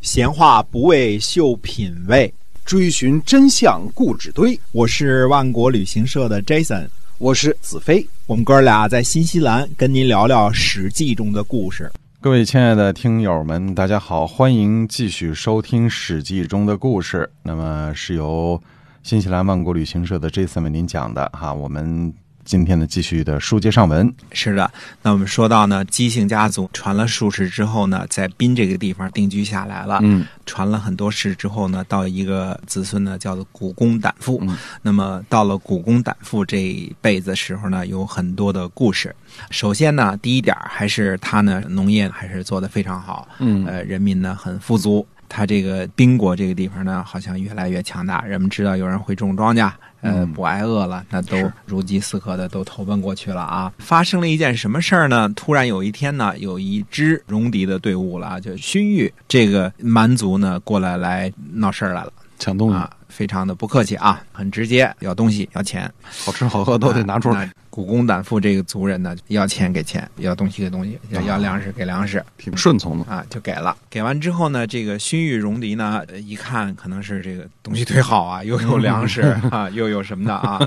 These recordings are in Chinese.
闲话不为秀品味，追寻真相故纸堆。我是万国旅行社的 Jason，我是子飞。我们哥俩在新西兰跟您聊聊《史记》中的故事。各位亲爱的听友们，大家好，欢迎继续收听《史记》中的故事。那么是由新西兰万国旅行社的 Jason 为您讲的哈。我们今天呢，继续的书接上文。是的，那我们说到呢，姬姓家族传了术士之后呢，在滨这个地方定居下来了。嗯，传了很多世之后呢，到一个子孙呢叫做古公胆父。嗯那么到了古公胆父这一辈子时候呢，有很多的故事。首先呢，第一点儿还是他呢农业还是做得非常好，嗯呃，人民呢很富足。他这个宾国这个地方呢，好像越来越强大。人们知道有人会种庄稼，呃，嗯不挨饿了，那都是如饥似渴的都投奔过去了啊。发生了一件什么事儿呢？突然有一天呢，有一支戎狄的队伍了啊，就荀彧这个蛮族呢过来来闹事儿来了抢东西，啊，非常的不客气啊，很直接，要东西要 钱。啊好吃好喝都得拿出来，那古公胆父这个族人呢，要钱给钱，要东西给东西，要啊要粮食给粮食挺顺从的。啊，就给了。给完之后呢，这个荀彧、戎狄呢，呃一看可能是这个东西忒好啊，又嗯有粮食啊，又有什么的 啊，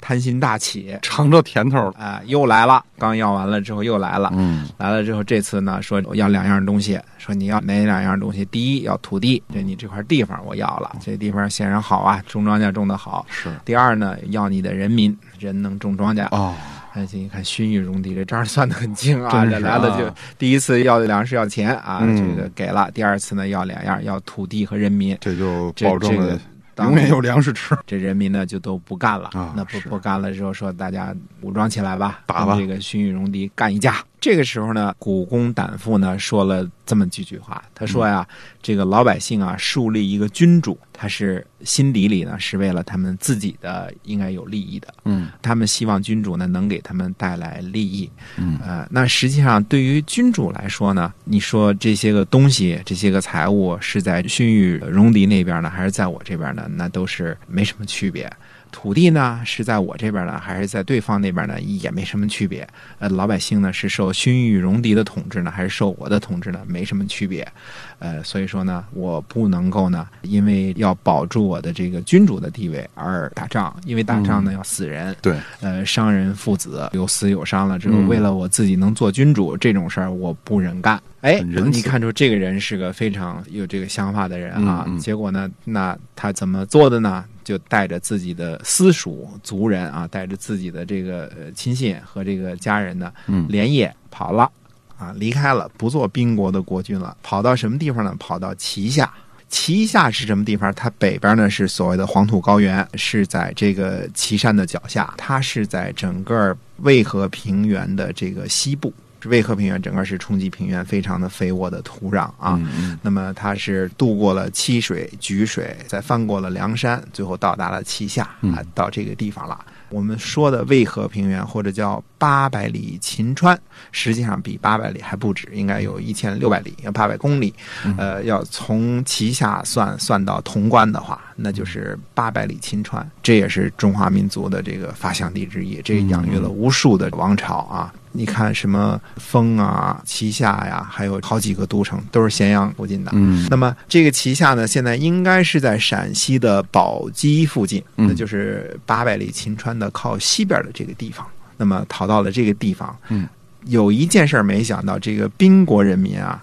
贪心大起尝着甜头了。啊，又来了。刚要完了之后又来了，嗯来了之后这次呢，说我要两样东西，说你要哪两样东西？第一要土地，这你这块地方我要了，这地方显然好啊，种庄稼种得好。嗯是第二呢，要你的人民，人能种庄稼。哦，而且你看荀彧、戎狄这账算得很清真啊，是这来了就啊第一次要粮食要钱啊，嗯这个给了；第二次呢要两样，要土地和人民。这就这保证这了个当永远有粮食吃。这人民呢就都不干了，啊那不是不干了之后说大家武装起来吧，打跟吧这个荀彧、戎狄干一架。这个时候呢，古公胆父呢说了这么几句话，他说呀，这个老百姓啊树立一个君主，他是心底里呢是为了他们自己的应该有利益的，嗯他们希望君主呢能给他们带来利益。嗯呃，那实际上对于君主来说呢，你说这些个东西、这些个财物是在荀彧、戎狄那边呢，还是在我这边呢？那都是没什么区别。土地呢是在我这边呢，还是在对方那边呢？也没什么区别。呃，老百姓呢是受荀彧、戎狄的统治呢，还是受我的统治呢？没什么区别。呃，所以说呢，我不能够呢，因为要保住我的这个君主的地位而打仗，因为打仗呢、要死人。嗯对，呃，伤人父子，有死有伤了之后，嗯为了我自己能做君主这种事儿，我不忍干。哎，很仁慈你看出这个人是个非常有这个想法的人啊。嗯嗯结果呢，那他怎么做的呢？就带着自己的私属族人啊，带着自己的这个呃亲信和这个家人呢，嗯连夜跑了啊，离开了，不做宾国的国君了，跑到什么地方呢？跑到齐夏。齐夏是什么地方？它北边呢是所谓的黄土高原，是在这个岐山的脚下，它是在整个渭河平原的这个西部。渭河平原整个是冲积平原，非常的肥沃的土壤啊。嗯嗯那么它是渡过了七水、沮水，再翻过了梁山，最后到达了齐夏啊嗯，到这个地方了。我们说的渭河平原，或者叫八百里秦川，实际上比八百里还不止，应该有一千六百里，八百公里。呃，要从旗下算算到潼关的话，那就是八百里秦川，这也是中华民族的这个发祥地之一，这养育了无数的王朝啊。你看什么封啊、旗下呀，还有好几个都城都是咸阳附近的。嗯那么这个旗下呢，现在应该是在陕西的宝鸡附近，嗯那就是八百里秦川的靠西边的这个地方。那么逃到了这个地方，嗯，有一件事儿没想到，这个宾国人民啊，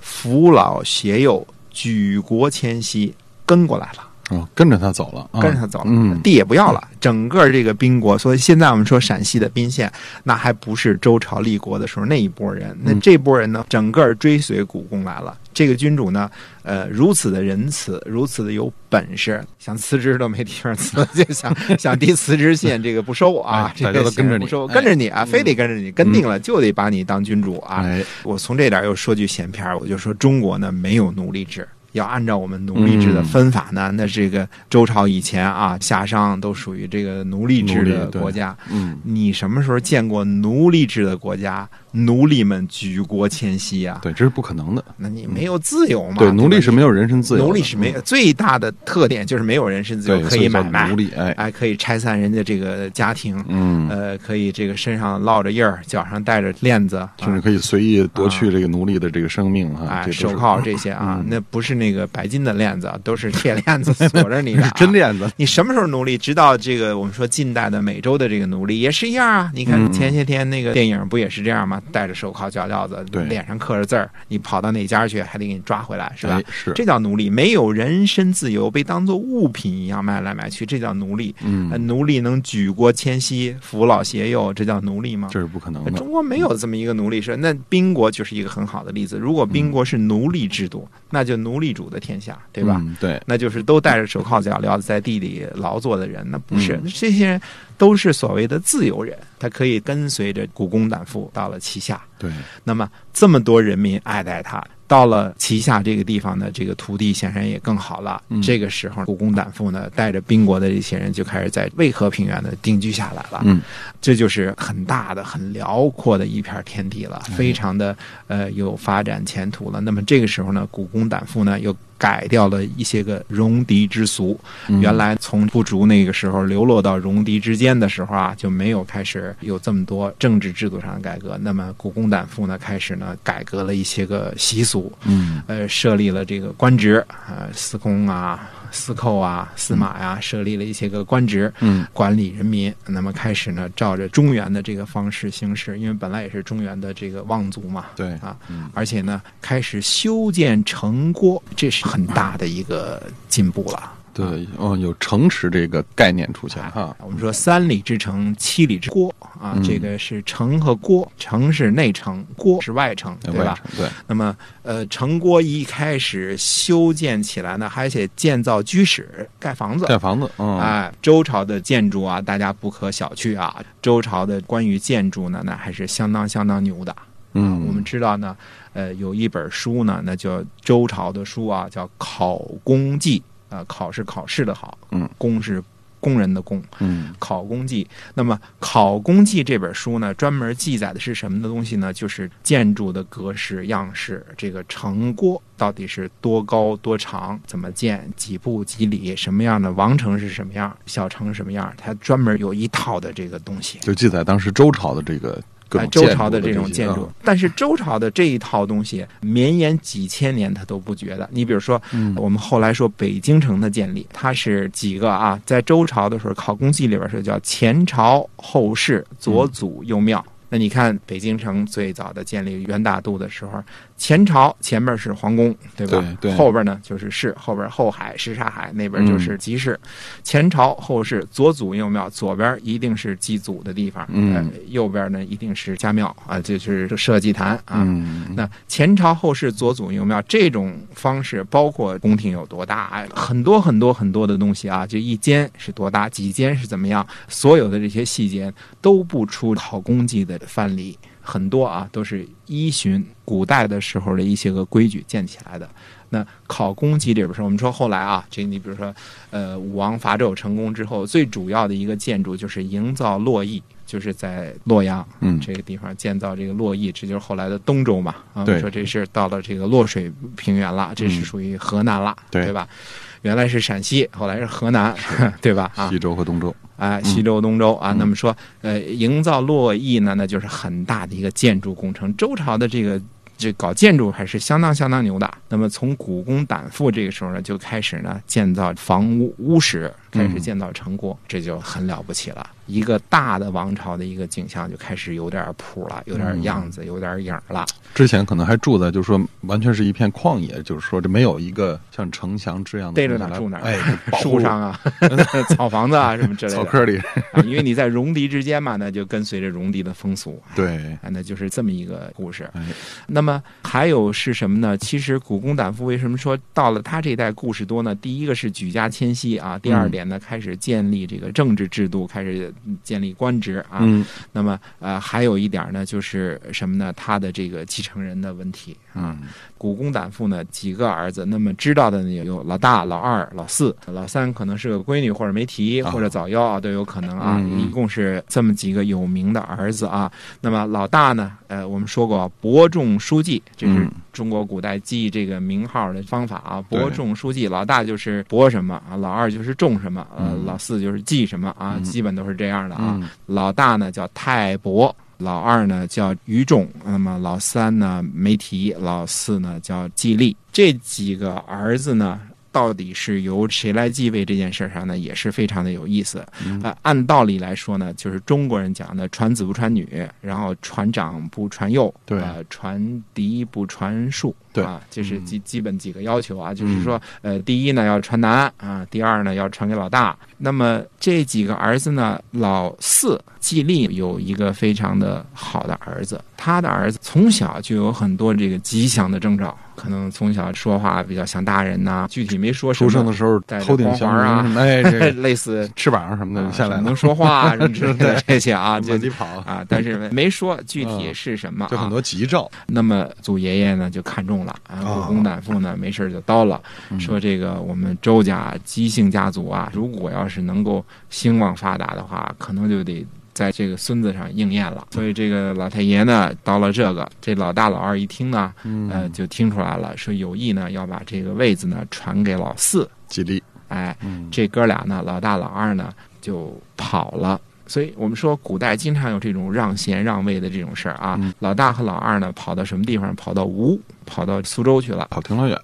扶老携幼，举国迁徙，跟过来了。哦，跟着他走了，啊跟着他走了，嗯地也不要了，整个这个宾国，所以现在我们说陕西的宾县，那还不是周朝立国的时候那一波人，那嗯这波人呢，整个追随古公来了。这个君主呢，呃，如此的仁慈，如此的有本事，想辞职都没地方辞，就想想递辞职信，这个不收啊哎，这大家个都跟着你不收，哎嗯跟着你啊，非得跟着你，跟定了就得把你当君主啊。哎，我从这点儿又说句闲篇儿，我就说中国呢没有奴隶制。要按照我们奴隶制的分法呢，嗯那这个周朝以前啊，夏商都属于这个奴隶制奴隶的对国家。嗯，你什么时候见过奴隶制的国家？奴隶们举国迁徙啊，对，这是不可能的。那你没有自由嘛？对，吧奴隶是没有人身自由的，嗯奴隶是没有最大的特点就是没有人身自由，对，可所买叫卖，奴隶，哎，哎，可以拆散人家这个家庭，嗯，呃，可以这个身上烙着印儿，脚上带着链子，啊啊甚至可以随意夺去这个奴隶的这个生命哈，哎，这都是手铐这些啊，嗯那不是那个白金的链子啊，都是铁链 子锁着你的、 啊是真。链子，你什么时候奴隶？直到这个我们说近代的美洲的这个奴隶也是一样啊。你看嗯前些天那个电影不也是这样吗？戴着手铐脚镣子对，脸上刻着字儿，你跑到哪家去还得给你抓回来，是吧哎？是，这叫奴隶，没有人身自由，被当做物品一样卖来卖去，这叫奴隶。呃嗯，奴隶能举国迁徙、扶老携幼，这叫奴隶吗？这是不可能呃的。中国没有这么一个奴隶制，那宾国就是一个很好的例子。如果宾国是奴隶制度，那就奴隶主的天下，对吧？嗯对，那就是都戴着手铐脚镣在地里劳作的人，那不是、嗯这些人都是所谓的自由人，他可以跟随着古公旦夫到了旗下，对，那么这么多人民爱戴他，到了旗下这个地方的这个土地显然也更好了。嗯这个时候，古公胆父呢，带着宾国的这些人就开始在渭河平原的定居下来了。嗯，这就是很大的、很辽阔的一片天地了，非常的呃有发展前途了。那么这个时候呢，古公胆父呢又改掉了一些个戎狄之俗，嗯原来从部族那个时候流落到戎狄之间的时候啊，就没有开始有这么多政治制度上的改革。那么古公胆父呢，开始呢改革了一些个习俗，嗯呃，设立了这个官职，呃，司空啊、司寇啊、司马呀、设立了一些个官职，嗯管理人民。那么开始呢，照着中原的这个方式行事，因为本来也是中原的这个望族嘛，对啊嗯，而且呢，开始修建城郭，这是很大的一个进步了。对，哦，有城池这个概念出啊现哈，我们说三里之城，七里之郭啊，嗯这个是城和郭，城是内城，郭是外城，对外吧？城对，那么，呃，城郭一开始修建起来呢，还且建造居室，盖房子。盖房子，嗯，哎，周朝的建筑啊，大家不可小觑啊。周朝的关于建筑呢，那还是相当相当牛的。啊嗯，我们知道呢，呃，有一本书呢，那叫周朝的书啊，叫《考工记》啊、考是考试的考，嗯，工是工人的工，嗯《考工记》。那么，《考工记》这本书呢，专门记载的是什么的东西呢？就是建筑的格式、样式，这个城郭到底是多高、多长，怎么建，几步几里，什么样的王城是什么样，小城是什么样，它专门有一套的这个东西。就记载当时周朝的这个各哎种周朝的嗯这种些啊建筑，，但是周朝的这一套东西绵延几千年，它都不觉得。你比如说，嗯我们后来说北京城的建立，它是几个啊？在周朝的时候，《考工记》里边是叫前朝后世，左祖右庙。嗯那你看北京城最早的建立元大都的时候，前朝前面是皇宫，对吧？对对后边呢就是市，后边后海、什刹海那边就是集市。前朝后世，左祖右庙，左边一定是祭祖的地方，嗯呃右边呢一定是家庙啊，这是社稷坛啊。嗯，那前朝后世左祖右庙这种方式，包括宫廷有多大，哎很多很多很多的东西啊，就一间是多大，几间是怎么样，所有的这些细节都不出考功绩的范例，很多啊都是依循古代的时候的一些个规矩建起来的。那考功绩这本书，我们说后来啊，这你比如说，呃，武王伐纣成功之后，最主要的一个建筑就是营造洛邑，就是在洛阳，嗯这个地方建造这个洛邑，这就是后来的东周嘛。啊，对嗯说这是到了这个洛水平原了，这是属于河南了，对吧？原来是陕西，后来是河南， 对吧？啊西，周和东周，啊，西周、东周嗯啊，那么说，呃，营造洛邑呢，那就是很大的一个建筑工程。周朝的这个这搞建筑还是相当相当牛的。那么从古公胆父这个时候呢，就开始呢建造房屋屋室，开始建造城嗯郭，这就很了不起了。一个大的王朝的一个景象就开始有点谱了，有点样嗯子，有点影儿了。之前可能还住在，就是说完全是一片旷野，就是说这没有一个像城墙这样的逮着东西哪来住哪儿 哎，保护树上啊， 草房子啊，什么之类草的，坑里，啊因为你在戎狄之间嘛，那就跟随着戎狄的风俗，对，啊，那就是这么一个故事。哎，那么还有是什么呢？其实古公胆父为什么说到了他这一代故事多呢？第一个是举家迁徙啊，第二点呢，开始建立这个政治制度，开始建立官职啊。嗯那么呃，还有一点呢，就是什么呢？他的这个继承人的问题啊。嗯古公胆父呢几个儿子，那么知道的呢有老大、老二、老四，老三可能是个闺女或者没提啊或者早夭啊都有可能啊，嗯嗯一共是这么几个有名的儿子啊。那么老大呢，呃，我们说过啊伯仲叔季，这是嗯中国古代记这个名号的方法啊。对伯仲叔季，老大就是伯什么啊，老二就是仲什么，呃嗯，老四就是季什么啊，嗯基本都是这样的啊。嗯老大呢叫泰伯，老二呢叫于仲，那么老三呢梅提，老四呢叫季历。这几个儿子呢，到底是由谁来继位这件事儿上呢，也是非常的有意思。嗯呃，按道理来说呢，就是中国人讲的传子不传女，然后传长不传幼，对呃，传嫡不传庶，对嗯啊，这是基基本几个要求啊，就是说，呃，第一呢要传男啊，第二呢要传给老大。那么这几个儿子呢，老四季历有一个非常的好的儿子，他的儿子从小就有很多这个吉祥的征兆。可能从小说话比较像大人呐、具体没说什出么生 的时候带着头顶光祥环啊 云什么的，哎，这个类似翅膀上什么啊的下来了能，说话 啊什么之类的这些啊，就满地跑，啊，但是没说具体是什么嗯就很啊。多吉兆，那么祖爷爷呢就看中了啊，哦嗯古公胆父呢没事儿就叨了，说这个我们周家姬姓家族啊，如果要是能够兴旺发达的话，可能就得。在这个孙子上应验了，所以这个老太爷呢，到了这个，这老大老二一听呢，嗯呃，就听出来了，说有意呢要把这个位子呢传给老四，吉利，哎，嗯，这哥俩呢，老大老二呢就跑了。所以我们说，古代经常有这种让贤让位的这种事儿啊。嗯，老大和老二呢，跑到什么地方？跑到吴，跑到苏州去了跑挺老远，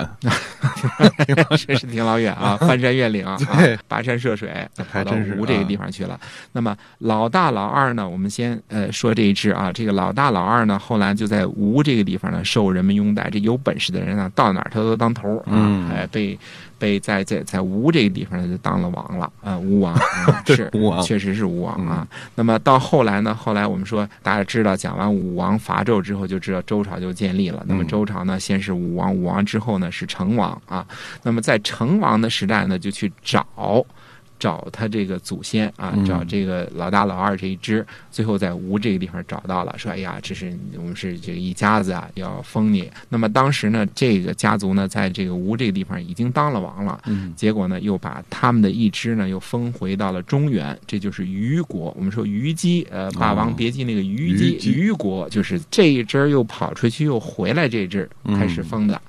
这是挺老远 啊，翻山越岭啊，对跋山涉水，跑还到真是吴这个啊地方去了。那么老大老二呢，我们先呃说这一支啊，这个老大老二呢，后来就在吴这个地方呢受人们拥戴，这有本事的人呢，到哪儿他都当头儿啊，嗯哎被被在在在吴这个地方呢就当了王了啊、吴王 啊是。吴王，确实是吴王啊。那么到后来呢，后来我们说大家知道，讲完武王伐纣之后，就知道周朝就建立了。那么周朝呢，先是武王，武王之后呢是成王啊。那么在成王的时代呢，就去找。找他这个祖先啊，嗯找这个老大老二这一支，最后在吴这个地方找到了，说：“哎呀，这是我们是这个一家子啊，要封你。”那么当时呢，这个家族呢，在这个吴这个地方已经当了王了，嗯结果呢，又把他们的一支呢又封回到了中原，这就是虞国。我们说虞姬，呃，《霸王别姬》那个虞虞姬，姬虞国就是这一支儿又跑出去又回来，这支儿嗯开始封的。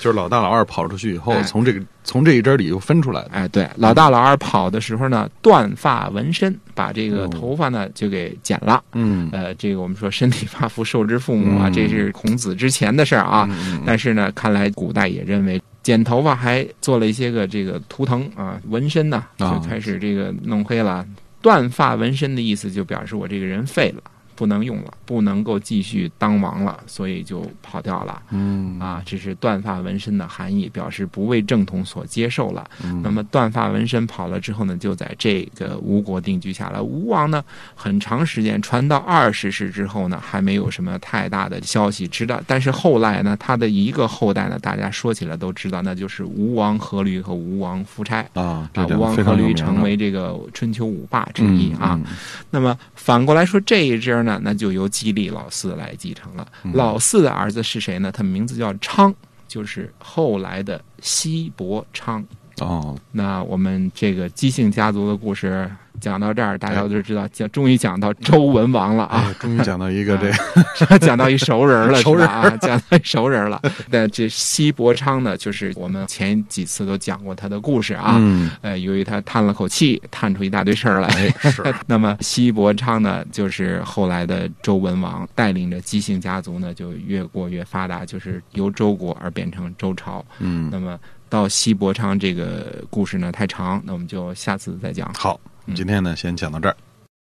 就是老大老二跑出去以后哎，从这个从这一支里又分出来的，哎，对，老大老二跑的时候呢，断发纹身，把这个哦头发呢就给剪了。嗯呃，这个我们说身体发肤受之父母啊，嗯这是孔子之前的事儿啊。嗯但是呢，看来古代也认为剪头发还做了一些个这个图腾啊，纹身呐，啊就开始这个弄黑了。断发纹身的意思就表示我这个人废了，不能用了，不能够继续当王了，所以就跑掉了。嗯啊，这是断发纹身的含义，表示不为正统所接受了。嗯那么断发纹身跑了之后呢，就在这个吴国定居下来。吴王呢，很长时间传到二十世之后呢，还没有什么太大的消息知道。但是后来呢，他的一个后代呢，大家说起来都知道，那就是吴王阖闾和吴王夫差。啊，这啊，两吴个王非阖常有闾名成的为这个春秋五霸之一啊。，嗯那么反过来说，这一支呢，那就由姬立老四来继承了。嗯老四的儿子是谁呢？他名字叫昌，就是后来的西伯昌。嗯哦，那我们这个姬姓家族的故事讲到这儿，大家都知道，讲终于讲到周文王了啊，哎，终于讲到一个这个， 讲到一熟人了，熟人是吧 啊，讲到一熟人了。那这西伯昌呢，就是我们前几次都讲过他的故事啊。 嗯，呃，由于他叹了口气，叹出一大堆事儿来，哎，是， 那么西伯昌呢，就是后来的周文王带领着姬姓家族呢，就越过越发达，就是由周国而变成周朝。嗯，那么到西伯昌这个故事呢太长，那我们就下次再讲。好，嗯今天呢先讲到这儿，